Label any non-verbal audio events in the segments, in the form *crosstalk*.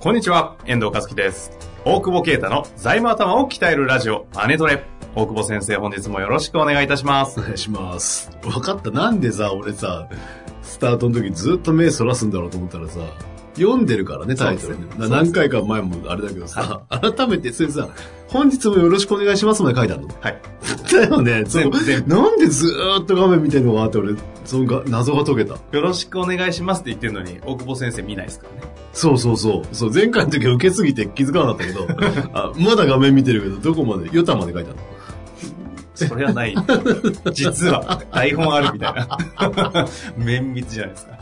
こんにちは、遠藤和樹です。大久保啓太の財務頭を鍛えるラジオ、マネトレ。大久保先生、本日もよろしくお願いいたします *laughs* お。願いします。分かった。なんでさ、俺さ、スタートの時ずっと目そらすんだろうと思ったらさ、読んでるからね、タイトルね。そうですねな何回か前もあれだけどさ、改めて、それさ、本日もよろしくお願いしますまで書いてあるの。はい。だよね。そ全う部、全なんでずーっと画面見てんのかなって俺、そのが謎が解けた。部、よろしくお願いしますって言ってるのに、大久保先生見ないですからね。そうそうそう。そう、前回の時は受けすぎて気づかなかったけ *laughs* ど、あまだ画面見てるけど、どこまで、ヨタまで書いてあるの。それは *laughs* ない。実は、台本あるみたいな。 *laughs* 綿密じゃないですか。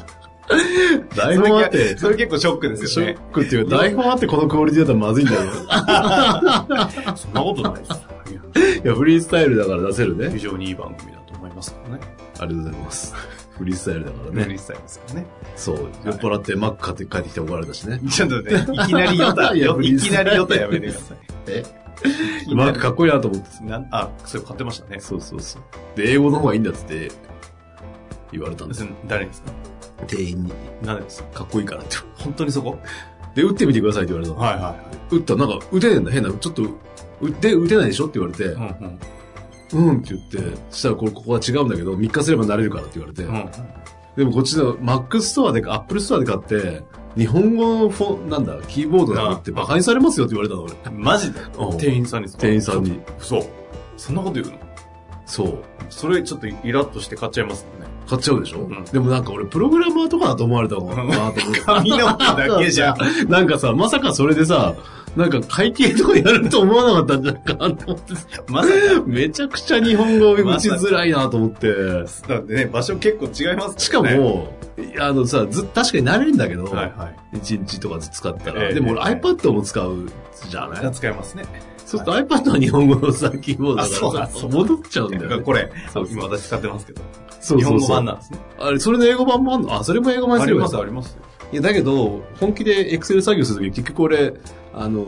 台本あって、それ結構ショックですシよョね。ックっていうか、台本あってこのクオリティだったらまずいんだよ。そんなことないです。いやいや、フリースタイルだから出せるね。非常にいい番組だと思いますけどね。ありがとうございます。 *laughs* フリースタイルだからね。ね。歳ですからね。そう。酔っ払ってマック買って帰ってきて怒られたしね。ちょっとね、いきなりヨタ、 *laughs* いやよフリいースきなタイルりヨタやめてください。えい *laughs* きなりマックかっこいいなと思って。なんあ、それ買ってましたね。そうそうそう。で、英語の方がいいんだっつって言われたんですよ。誰ですか *laughs* 店員に。何ですかっこいいからって。本当にそこで、打ってみてくださいって言われたの。はいはい打ったらなんか、打てねえんだ、変な。ちょっと、打て、打てないでしょって言われて、はい。うんうん。うんって言って、そしたらこれ、ここは違うんだけど、3日すれば慣れるからって言われて、うんでもこっちの Mac ストアでか、Apple ストアで買って、日本語のフォン、なんだ、キーボードだってバカにされますよって言われたの、俺。うん。マジでうん店員さんに店員さんに。そう。そんなこと言うのそう。それちょっとイラッとして買っちゃいます *laughs* もんね。買っちゃうでしょ、うんでもなんか俺、プログラマーとかだと思われたのかなと思って。髪の毛だけじゃん。 *laughs* なんかさ、まさかそれでさ、なんか会計とかやると思わなかったんじゃないかなと *laughs* 思って。まさめちゃくちゃ日本語打ちづらいなと思って。か。だってね、場所結構違いますしかね、も、あのさ、ず、確かに慣れるんだけど、はいはい。一日とかずつ使ったえら。えでもええ俺 iPad も使うじゃない、使いますね。そうすると iPad は日本語のさ、キーボードだからあさ、そうだ戻っちゃうんだよ、ね。これ、そうそう今私使ってますけど。そう日そ本う語そう版なんですね。あれ、それの英語版もあんのあ、それも英語版にあすりればいいまのすあります。いや、だけど、本気で Excel 作業するとき、結局俺、あの、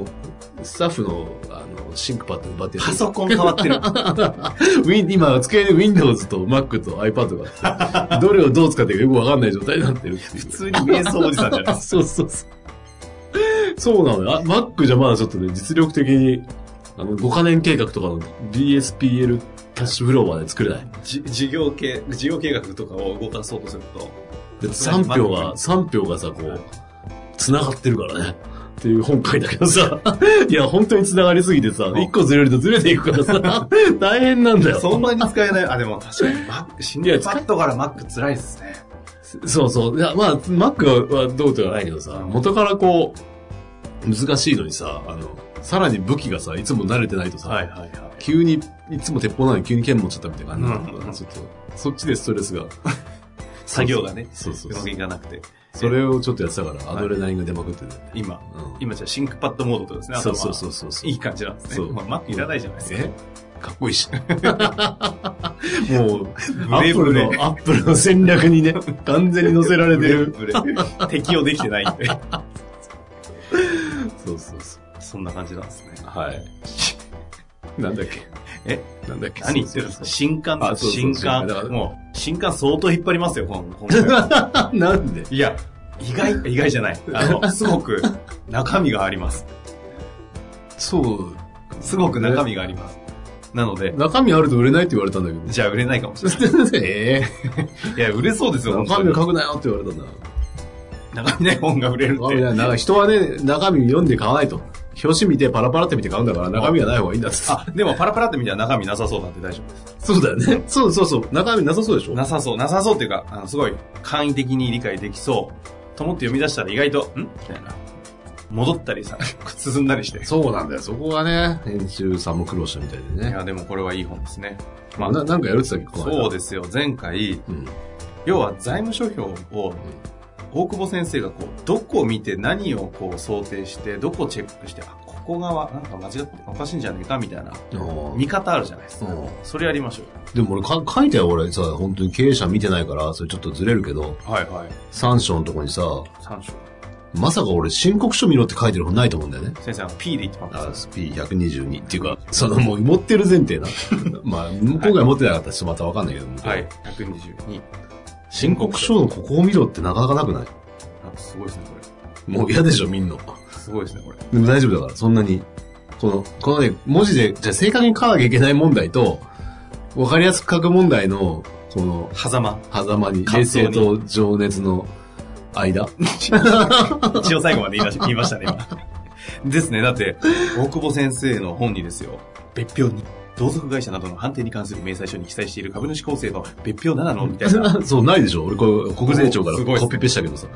スタッフの、あの、シンクパッド奪ってや *laughs* パソコン変わってる。る。Win- 今、机で Windows と Mac と iPad があって、 *laughs* どれをどう使っていいかよくわかんない状態になってるって *laughs* い普う。通に瞑想おじさんじゃ *laughs* ないですそうそうそう。そうなのよ。あ Mac じゃまだちょっとね、実力的に、あの、5カ年計画とかの BSPL キャッシュフローまで作れない。か。じ事業系、事業計画とかを動かそうとすると、で、3票が、3票がさ、こう、繋がってるからね。っていう本書いたけどさ、 *laughs* いや、本当に繋がりすぎてさ、ん1個ずれるとずれていくからさ、 *laughs* 大変なんだよ。そんなに使えない。あ、でも確 *laughs* かに、マック、新いや日パッドから Mac 辛いですね。そうそう。いや、まあ、Mac はどうとかないけどさ、元からこう、難しいのにさ、あの、さらに武器がさ、いつも慣れてないとさ、いはいは急に、いつも鉄砲なのに急に剣持っちゃったみたいな感じだったからうんちょっと、そっちでストレスが。作業がねそうそううそまうく。いかなくて。それをちょっとやってたから、いアドレナリンが出まくってて。今、うん今じゃあシンクパッドモードとですね、あとそはうそうそうそうそう。いい感じなんですそね。うまあ、Mac いらないじゃないですか。えかっこいい *laughs* し。もう、ブアレップブルレの、。アップルの戦略に *laughs* ね、完全に乗せられてる。ブレ *laughs* ブレ。適用できてないんで。そうそうそう。 *laughs* そんな感じなんですね。はい。 *laughs* なんだっけえなんだっけ何言ってるんですかそう新刊あそうそう新新刊刊だか。らもう、新刊相当引っ張りますよ、今今 *laughs* そう回。そう *laughs* なんでいや、意外、意外じゃない。あの、すごく中身があります。そう。すごく中身があります。なので、中身あると売れないって言われたんだけど。じゃあ売れないかもしれない。 *laughs* えいや、売れそうですえよ、中本身当にを書くなよって言われたんだ。中身ない本が売れるっ中身て。ないな人はね、中身読んで買わないと。表紙見てパラパラって見て買うんだから、中身がない方がいいんだっつって。あ、でもパラパラって見たら中身なさそうなんで大丈夫です。そうだよね。そうそうそう。中身なさそうでしょなさそう、なさそうっていうか、あの、すごい簡易的に理解できそう。と思って読み出したら意外と、んみたいな。戻ったりさ、 *laughs* 進んだりして。そうなんだよ。そこがね、編集さんも苦労したみたいでいね。や、でもこれはいい本ですね。ままああ、ななんかやるって言ってたっけこの間そうですよ。前回、うん。要は財務諸表を、大久保先生がこう、どこを見て何をこう想定して、どこをチェックして、あ、ここがわなんか間違っておかしいんじゃねえかみたいな、ああ見方あるじゃないですかうん。それやりましょでも俺か書いたよ、俺さ、本当に経営者見てないから、それちょっとずれるけど、う。はいはい。三章のとこにさ、 3章。まさか俺申告書見ろって書いてる本ないと思うんだよね。先生、あの P で言ってます。 SP122 っていうか、そのもう持ってる前提な。 *laughs* まあ、今回持ってなかったらちょっとまたわかんないけど、向こうはい。。122。申告書のここを見ろってなかなかなくないなんかすごいですね、これ。もう嫌でしょ、見んの。すごいですね、これ。でも大丈夫だから、そんなに。この、このね、文字で、じゃあ正確に書かなきゃいけない問題と、わかりやすく書く問題の、この、狭間。狭間に、葛冷藤に静と情熱の間。 *laughs* 一応最後まで *laughs* 言いまし言いましたね、今。ですね、だって、大久保先生の本にですよ、別表に、同族会社などの判定に関する明細書に記載している株主構成の別表7の、みたい *laughs* な。そう、ないでしょ俺、これ、国税庁からすごいっすねコピペしたけどさ。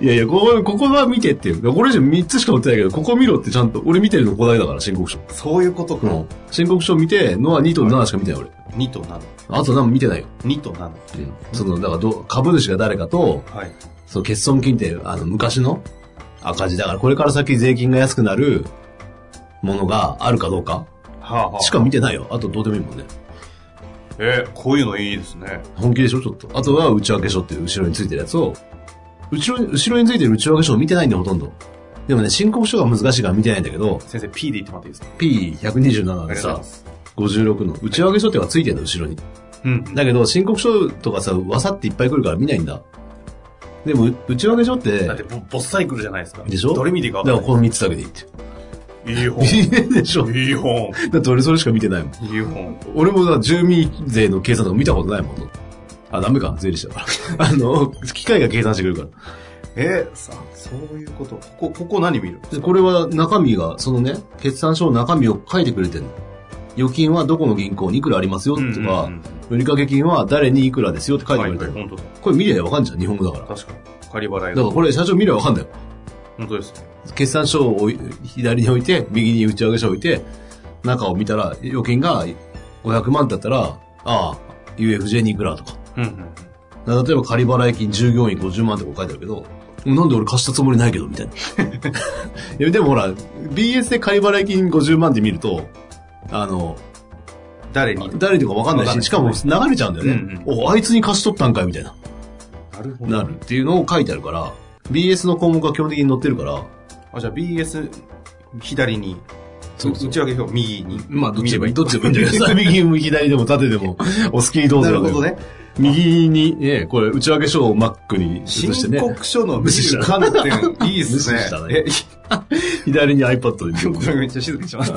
いやいや、ここ、ここは見てっていう。これ以上3つしか売ってないけど、ここ見ろってちゃんと、俺見てるのここだけだから、申告書。そういうことか。申告書見て、のは2と7しか見てない、俺。 2と7。あと何も見てないよ。 2と7。その、だからどう、株主が誰かと、はい。その欠損金って、あの、昔の赤字だから、これから先税金が安くなるものがあるかどうかはあ、はあ、しか見てないよ。あとどうでもいいもんね。えーこういうのいいですね。本気でしょちょっと。あとは内訳書っていう後ろについてるやつを、後ろに、後ろについてる内訳書を見てないんでほとんど。でもね、申告書が難しいから見てないんだけど、先生、P で言ってもらっていいですか P127 でさ、す。 56の内訳書っていうのがついてるの、後ろに。うん。だけど、申告書とかさ、わさっていっぱい来るから見ないんだ。でも、内訳書って、だって、だぼぼっさい来るじゃないですか。でしょどれ見ていいかから分かこの3つだけでいいって。 *laughs* んない。いい本。いいでしょいい本。だって俺それしか見てないもん。いい本。俺もさ、住民税の計算とか見たことないもん。あ、ダメか、税理士だから。 *laughs* あの、機械が計算してくれるから。えーさ、そういうこと。ここ、ここ何見るで、これは中身が、そのね、決算書の中身を書いてくれてるの。預金はどこの銀行にいくらありますよとか、うんうん売掛金は誰にいくらですよって書ういんてはい、くれはてい、るの。本当だ。これ見りゃわかんじゃん、日本語だから。だ確かに。仮払いからの。これ社長見りゃわかんだよ。本当ですね。決算書を置い左に置いて、右に内訳書を置いて、中を見たら、預金が500万だったら、ああ、UFJ にいくらとか。うんうんうん。例えば仮払い金従業員50万ってこう書いてあるけど、なんで俺貸したつもりないけど、みたいな。い *laughs* や、でもほら、BS で仮払い金50万って見ると、あの、誰に誰とかわかんないわかんなし、いしかも流れちゃうんだよね。うお、あいつに貸し取ったんかいみたいな、なるほなるっていうのを書いてあるから、BS の項目が基本的に載ってるから、あ、じゃあ BS、左に、そうそう内訳表、右に。まあ、どっちでもいい。見どっちでもいいんじゃないで *laughs* すか。右も左でも縦でも、お好きにどうぞ。なるほど。ね。右に、ね、これ、内訳書をマックに移申してね、告書の無視した観点、いいっすね無視した。ねえ、 *laughs* 左に iPad で見る *laughs* これめっちゃ静かにします。ち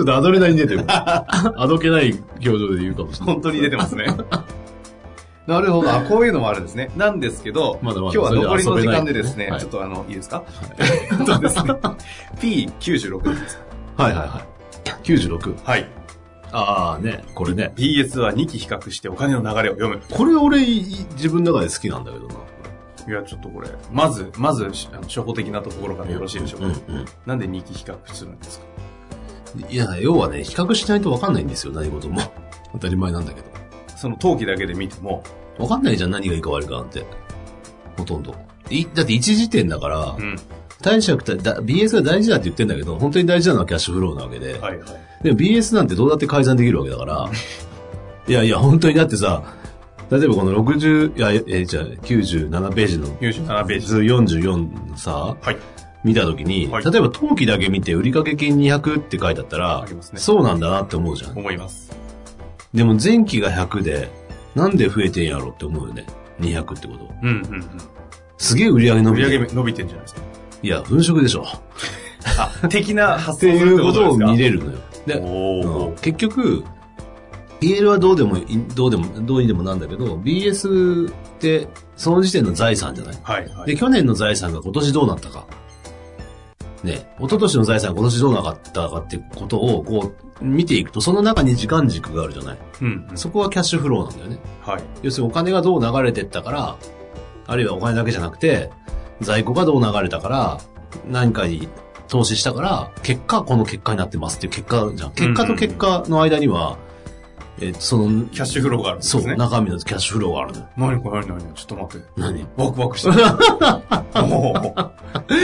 ょっとアドレナリン出てる。 *laughs* あどけない表情で言うかもしれない。本当に出てますね。 *laughs* なるほど。あ、こういうのもあるんですね。なんですけど、まだまだ今日は残りの時間でですね、それで遊べないちょっとあの、いいですか、えっとですね、P96 です。はいはいはい。96。はい。ああね、これね。 BS は2期比較してお金の流れを読む。これ俺、い自分の中で好きなんだけどな。いや、ちょっとこれ、まず、まず、あの初歩的なところからよろしいでしょうか。うんうんなんで2期比較するんですかいや、要はね、比較しないと分かんないんですよ、何事も。 *laughs* 当たり前なんだけど。その陶器だけで見ても、分かんないじゃん、何がいいか悪いかなんて。ほとんど。いだって一時点だから、うん。貸借対だ BS が大事だって言ってんだけど、本当に大事なのはキャッシュフローなわけで。はいはい。でも BS なんてどうだって改ざんできるわけだから。いやいや、本当にだってさ、例えばこの60、いや、え、じゃあ97ページの、 97ページ。図44のさ、はい。見たときに、はい例えば当期だけ見て売掛金200って書いてあったら、ありますねそうなんだなって思うじゃん。思います。でも前期が100で、なんで増えてんやろって思うよね。200ってこと。うんうんうん。すげえ売り上げ伸売びりて上る。げ伸びてんじゃないですか。いや、粉飾でしょ。あ、的な発って想すいるっうてここととでをすか見れるのよ。で、おうんお。結局、PL はどうでもいい、どうでも、どうにでもなんだけど、BS ってその時点の財産じゃないはいはで、い。去年の財産が今年どうなったか。ね、一昨年の財産が今年どうなかったかってことをこう見ていくと、その中に時間軸があるじゃないうんうん。そこはキャッシュフローなんだよね。はい。要するにお金がどう流れてったから、あるいはお金だけじゃなくて、在庫がどう流れたから、何かに投資したから、結果この結果になってますっていう結果じゃん。結果と結果の間には、えその、キャッシュフローがあるんですそね。う、中身のキャッシュフローがあるのよ。何これ何何ちょっと待って。何ワクワク *laughs* した。もう、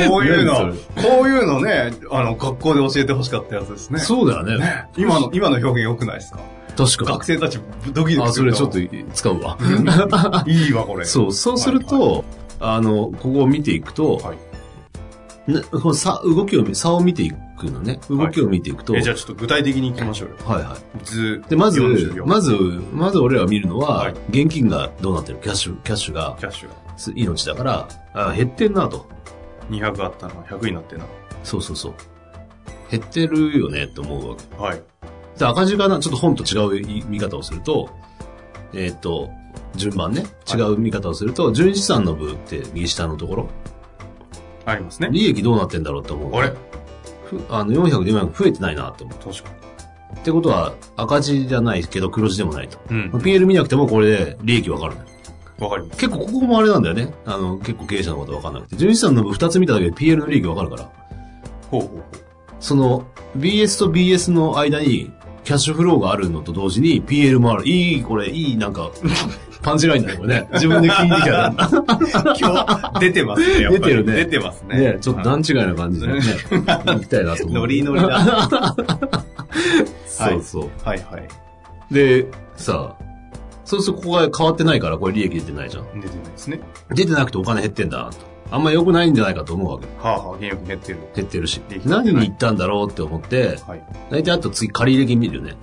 こういうの、何こういうのね、あの、学校で教えてほしかったやつですね。そうだよね。ね今の、今の表現良くないですか確か学生たちドキドあ、キすそるれとちょっ思と使うわ。う。 *laughs* いいわ、これ。そう、そうするはいと、あの、ここを見ていくと、はいねこの差、動きを見、差を見ていくのね。動きを見ていくと、え、じゃあちょっと具体的に行きましょうよ。はいはい。図。で、まず44、まず、まず俺らが見るのは、はい現金がどうなってるキャッシュ、キャッシュがキャッシュがす命だから、あ減ってんなと。 200あったのが100になってんな。そうそうそう。減ってるよねって思うわけ。はい。で、赤字がな、ちょっと本と違うい見方をすると、えーっ、と、順番ね、違う見方をすると、純資産の部って右下のところ、ありますね。利益どうなってんだろうって思う。あれふあの、400で400増えてないなって思う。確かってことは、赤字じゃないけど黒字でもないと。に。うん。 PL 見なくてもこれで利益わかるのよ。わかります。結構ここもあれなんだよね。あの、結構経営者のことわかんなくて。純資産の部2つ見ただけで PL の利益わかるから。ほうほうほその、BS と BS の間に、キャッシュフローがあるのと同時に PL もある。いい、これ、いい、なんか、パンチラインだね、これ *laughs* ね。自分で聞いてきたね。う。今日、出てますね、やっぱり出てるね出てますね。ね、ちょっと段違いな感 *laughs* じでね、行きたいなと思う。ノリノリ *laughs* だ。そうそう。はいはい。で、さあ、そうするとここが変わってないから、これ利益出てないじゃん。出てないですね。出てなくてお金減ってんだ、と。あんま良くないんじゃないかと思うわけ。はあはあ、原欲減ってる。減ってるし利益。出てない何に行ったんだろうって思って、はい。大体あと次借り入れ金見るよね。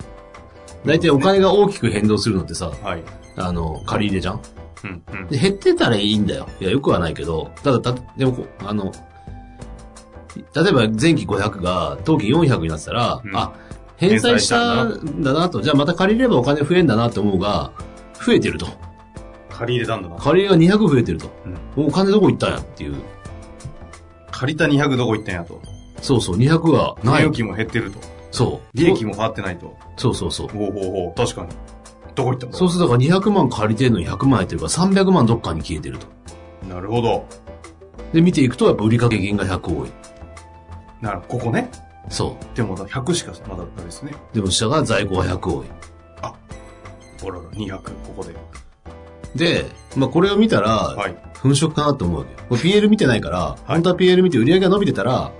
大体お金が大きく変動するのってさ、はい。あの、借り入れじゃんうん、うん。で減ってたらいいんだよ。いや、よくはないけど、ただ、た、でもこう、あの、例えば前期500が当期400になってたら、うんあ、返済したんだなと、じゃあまた借りればお金増えんだなと思うが、増えてると。借り入れたんだな。借りが200増えてると。お金どこ行ったんやっていう。借りた200どこ行ったんやと。そうそう、200がな利い。益も減ってると。そう。利益も変わってないと。そうそうそう。ほうほうほう。確かに。どこ行ったんだそうするとだから200万借りてるのに100万減ってるから300万どっかに消えてると。なるほど。で、見ていくとやっぱ売掛金が100多い。なるここね。そでもまだ100しかまだあれですね。う。でも下が在庫が100多い。ほらほら、200、ここで。で、まあこれを見たら、はい。粉飾かなと思うわけよ。これ PL 見てないから、い本当は PL 見て売り上げが伸びてたら、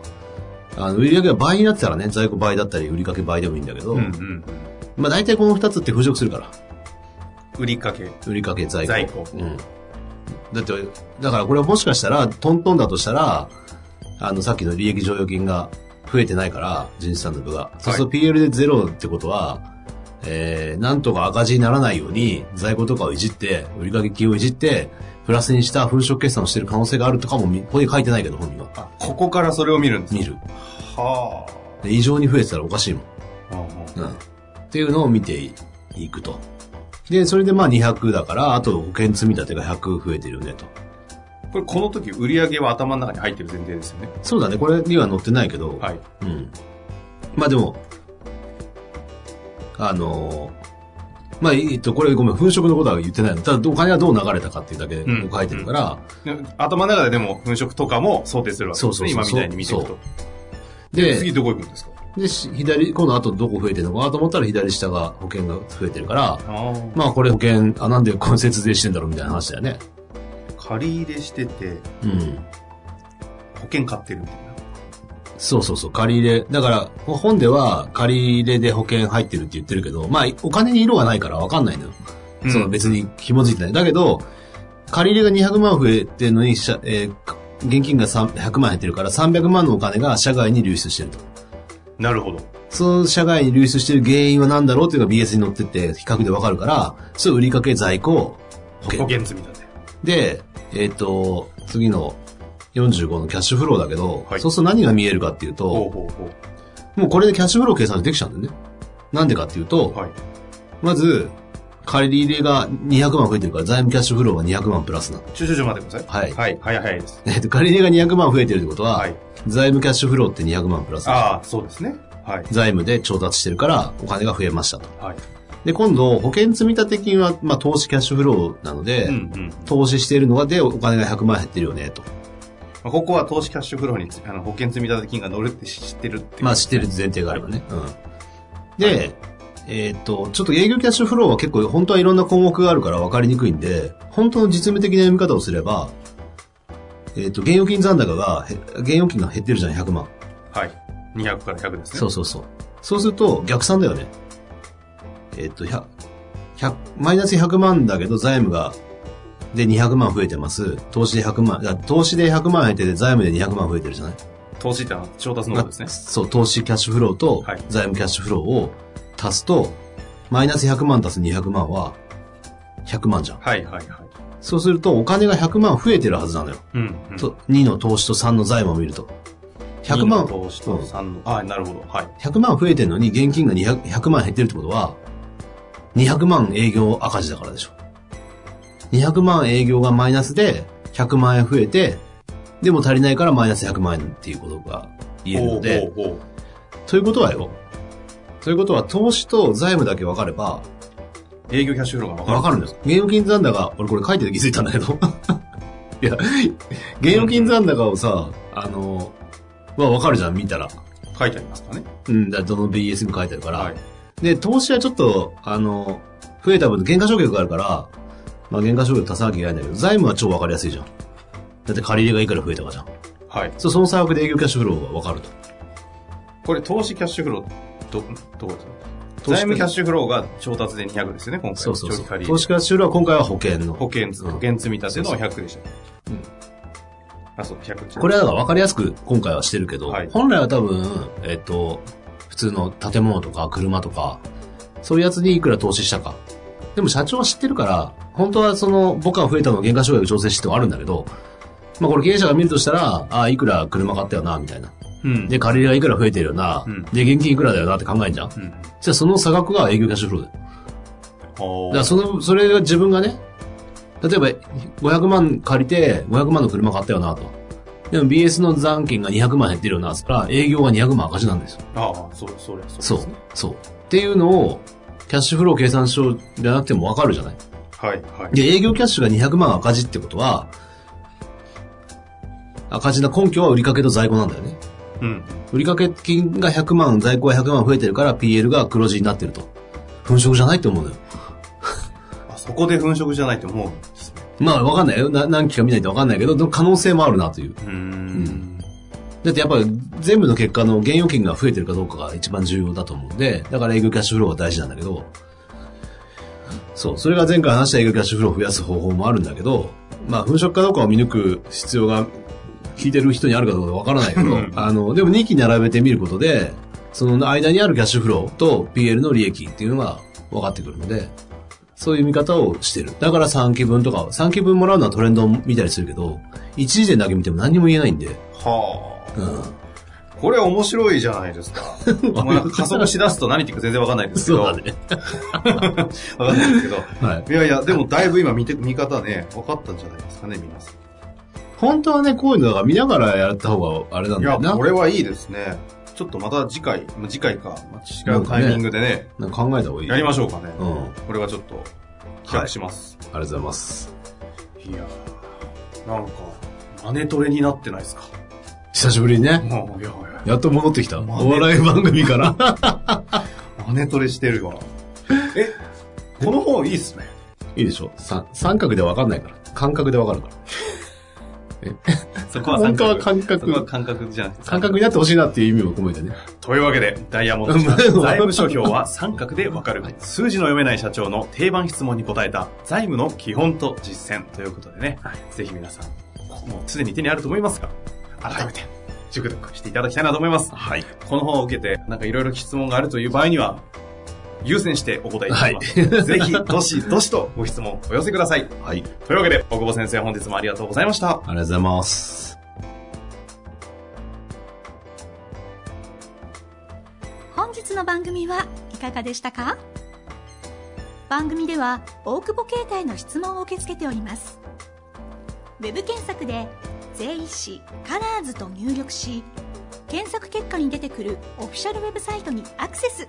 あの売り上げが倍になってたらね、在庫倍だったり、売りかけ倍でもいいんだけど、うんうん。まあ大体この二つって腐食するから、売りかけ、売りかけ在庫。在庫。うん。だって、だからこれもしかしたら、トントンだとしたら、あの、さっきの利益剰余金が増えてないから、人資産の部が。そうすると PL でゼロってことは、えー、なんとか赤字にならないように、在庫とかをいじって、売掛金をいじって、プラスにした粉飾決算をしてる可能性があるとかもみ、ここに書いてないけど、本人は。あ、ここからそれを見るんですね。見る。はで異常に増えてたらおかしいもん。あ。うんうんうん。っていうのを見ていいくと。で、それでまあ200だから、あと保険積み立てが100増えてるよね、と。これ、この時、売り上げは頭の中に入ってる前提ですよね。そうだね、これには載ってないけど、はい。うん。まあでも、あのーまあ、えっと、これごめん、粉飾のことは言ってないの。ただ、お金がどう流れたかっていうだけをうん書いてるから、で頭の中ででも、粉飾とかも想定するわけですね。そうそうそうそう今みたいに見ていくそと。次で、どこ行くんですかで、し左、今度あとどこ増えてるのかなと思ったら左下が保険が増えてるから、ああ。まあこれ保険、あ、なんでこの節税してんだろうみたいな話だよね。借り入れしてて、うん。保険買ってるみたいそうそうそう、借り入れ。だから、本では借り入れで保険入ってるって言ってるけど、まあ、お金に色がないから分かんないのうよ。んその別に紐づいてない。だけど、借り入れが200万増えてるのに、しゃえーか現金が3 100万減ってるから、300万のお金が社外に流出してると。な。なるほど。その社外に流出してる原因は何だろうっていうのが BS に載ってて、比較で分かるから、それ売りかけ在庫、保保険。険積み立て。で、えっ、と、次の45のキャッシュフローだけど、はいそうすると何が見えるかっていうと、ほうほうほもうこれでキャッシュフロー計算できちゃうんだよね。なんでかっていうと、う。はい。まず、借り入れが200万増えてるから、財務キャッシュフローが200万プラスな *laughs* の。ちょちょちょ待ってください。はいはい。はい、早いです。えっと、借り入れが200万増えてるってことは、はい財務キャッシュフローって200万プラス。ああ、そうですね。はい。財務で調達してるから、お金が増えましたと。はい。で、今度、保険積立金は、まあ、投資キャッシュフローなので、うんうん。ま投資しているのが、で、お金が100万円減ってるよね、と。あここは投資キャッシュフローにつあの保険積立金が乗るって知ってるっていうまあ、知ってる前提があればね。うん。で、えーっと、ちょっと営業キャッシュフローは結構、本当はいろんな項目があるから分かりにくいんで、本当の実務的な読み方をすれば、えーっと、現預金残高が、へ現預金が減ってるじゃん、100万。はい。200から100ですね。そうそうそう。そうすると、逆算だよね。えーっと、100、100マイナス100万だけど、財務が、で200万増えてます。投資で100万、いや投資で100万減ってて、財務で200万増えてるじゃない投資ってのは調達のことですね。そう、投資キャッシュフローとはい財務キャッシュフローを足すと、マイナス100万足す200万は100万じゃん。はいはいはい。そうするとお金が100万増えてるはずなのよ。うん、うん。と2の投資と3の財務を見ると。100万、二の投資と3の。あ、なるほど。はい。 100万増えてるのに現金が200 100万減ってるってことは、200万営業赤字だからでしょ。200万営業がマイナスで100万円増えて、でも足りないからマイナス100万円っていうことが言えるので、おうおうおうということはよ。ということは、投資と財務だけ分かれば、営業キャッシュフローが分かる。分かるんです。現預金残高、俺これ書いてて気づいたんだけど。 *laughs* いや、現預金残高をさ、あの、は分かるじゃん、見たら。書いてありますからね。うん、だどの BS にも書いてあるから。はい。で、投資はちょっと、あの、増えた分、減価償却があるから、まあ、減価償却足さなきゃいけないんだけど、財務は超分かりやすいじゃん。だって借り入れがいくら増えたかじゃん。はい。そうその差額で営業キャッシュフローが分かると。これ、投資キャッシュフロー、ど、どこですか投資財務キャッシュフローが調達で200ですよね、今回。そうそう長期そ借う。り投資キャッシュフローは今回は保険の。保険、保険積み立ての100でしたね。うんあ、そう、100。これはだから分かりやすく今回はしてるけど、はい本来は多分、えっ、と、普通の建物とか車とか、そういうやつにいくら投資したか。でも社長は知ってるから、本当はその母価が増えたのを減価償却調整してはあるんだけど、まあこれ経営者が見るとしたら、ああ、いくら車買ったよな、みたいな。うん。で、借り入れがいくら増えてるよな、うんで、現金いくらだよなって考えんじゃん。うん。じゃあその差額が営業キャッシュフローだよ。おーだからその、それが自分がね、例えば500万借りて500万の車買ったよなと。でも BS の残金が200万減ってるよな、そら営業が200万赤字なんですよ。ああ、そう、それ、そうそうですね。。そう。っていうのを、キャッシュフロー計算書じゃなくてもわかるじゃないはい、はい。で、営業キャッシュが200万赤字ってことは、赤字な根拠は売り掛けと在庫なんだよね。うん。売掛金が100万、在庫が100万増えてるから PL が黒字になってると。粉飾じゃないって思うのよ。あ、そこで粉飾じゃないと思うんですね。まあわかんないよ。な何期か見ないとわかんないけど、でも可能性もあるなという。うーん。だってやっぱり全部の結果の現預金が増えてるかどうかが一番重要だと思うんで、だから営業キャッシュフローが大事なんだけど、そう、それが前回話した営業キャッシュフローを増やす方法もあるんだけど、まあ、粉飾かどうかを見抜く必要が聞いてる人にあるかどうかわからないけど、あの、でも2期並べてみることで、その間にあるキャッシュフローと PL の利益っていうのが分かってくるので、そういう見方をしてる。だから3期分とか、3期分もらうのはトレンドを見たりするけど、1時点だけ見ても何にも言えないんで、はあ。うん。これ面白いじゃないです *laughs* か。もうなんか加速しだすと何言ってるか全然わかんないですけど。ね。わかんないですけど。はい。いやいや、でもだいぶ今見て、見方ね、分かったんじゃないですかね、皆さん。本当はね、こういうのが見ながらやった方があれなんいだやよ、な。これはいいですね。ちょっとまた次回、まあ次回か、まあ違うタイミングでね、なんか考えた方がいい。やりまましょうかね。うん。ありこれはちょっと、企画します。がとうございます。い、やーなんか、マネトレになってないですか。久しぶりにね。もう、いやいや、やっと戻ってきた。まあねお笑い番組から。マネトレしてるわ。え、この本いいっすね。いいでしょ三三角でわかんないから。感覚でわかるから。 *laughs* そ本当は感そこは覚。感覚じゃない感覚になってほしいなっていう意味も込めてね。というわけで、ダイヤモンド社財務諸表は三角でわかる。数字の読めない社長の定番質問に答えた財務の基本と実践ということでね、ぜひ皆さん、もうすでに手にあると思いますが、改めて熟読していただきたいなと思います。はい。この本を受けて、なんかいろいろ質問があるという場合には、優先してお答えいたします。ぜひ、どしどしとご質問お寄せください。はい。ありがというわけで、大久保先生本日もありがとうございました。とうございます。本日の番組はいかがでしたか番組では大久保携帯の質問を受け付けておりますウェブ検索で「税理士カラーズと入力し検索結果に出てくるオフィシャルウェブサイトにアクセス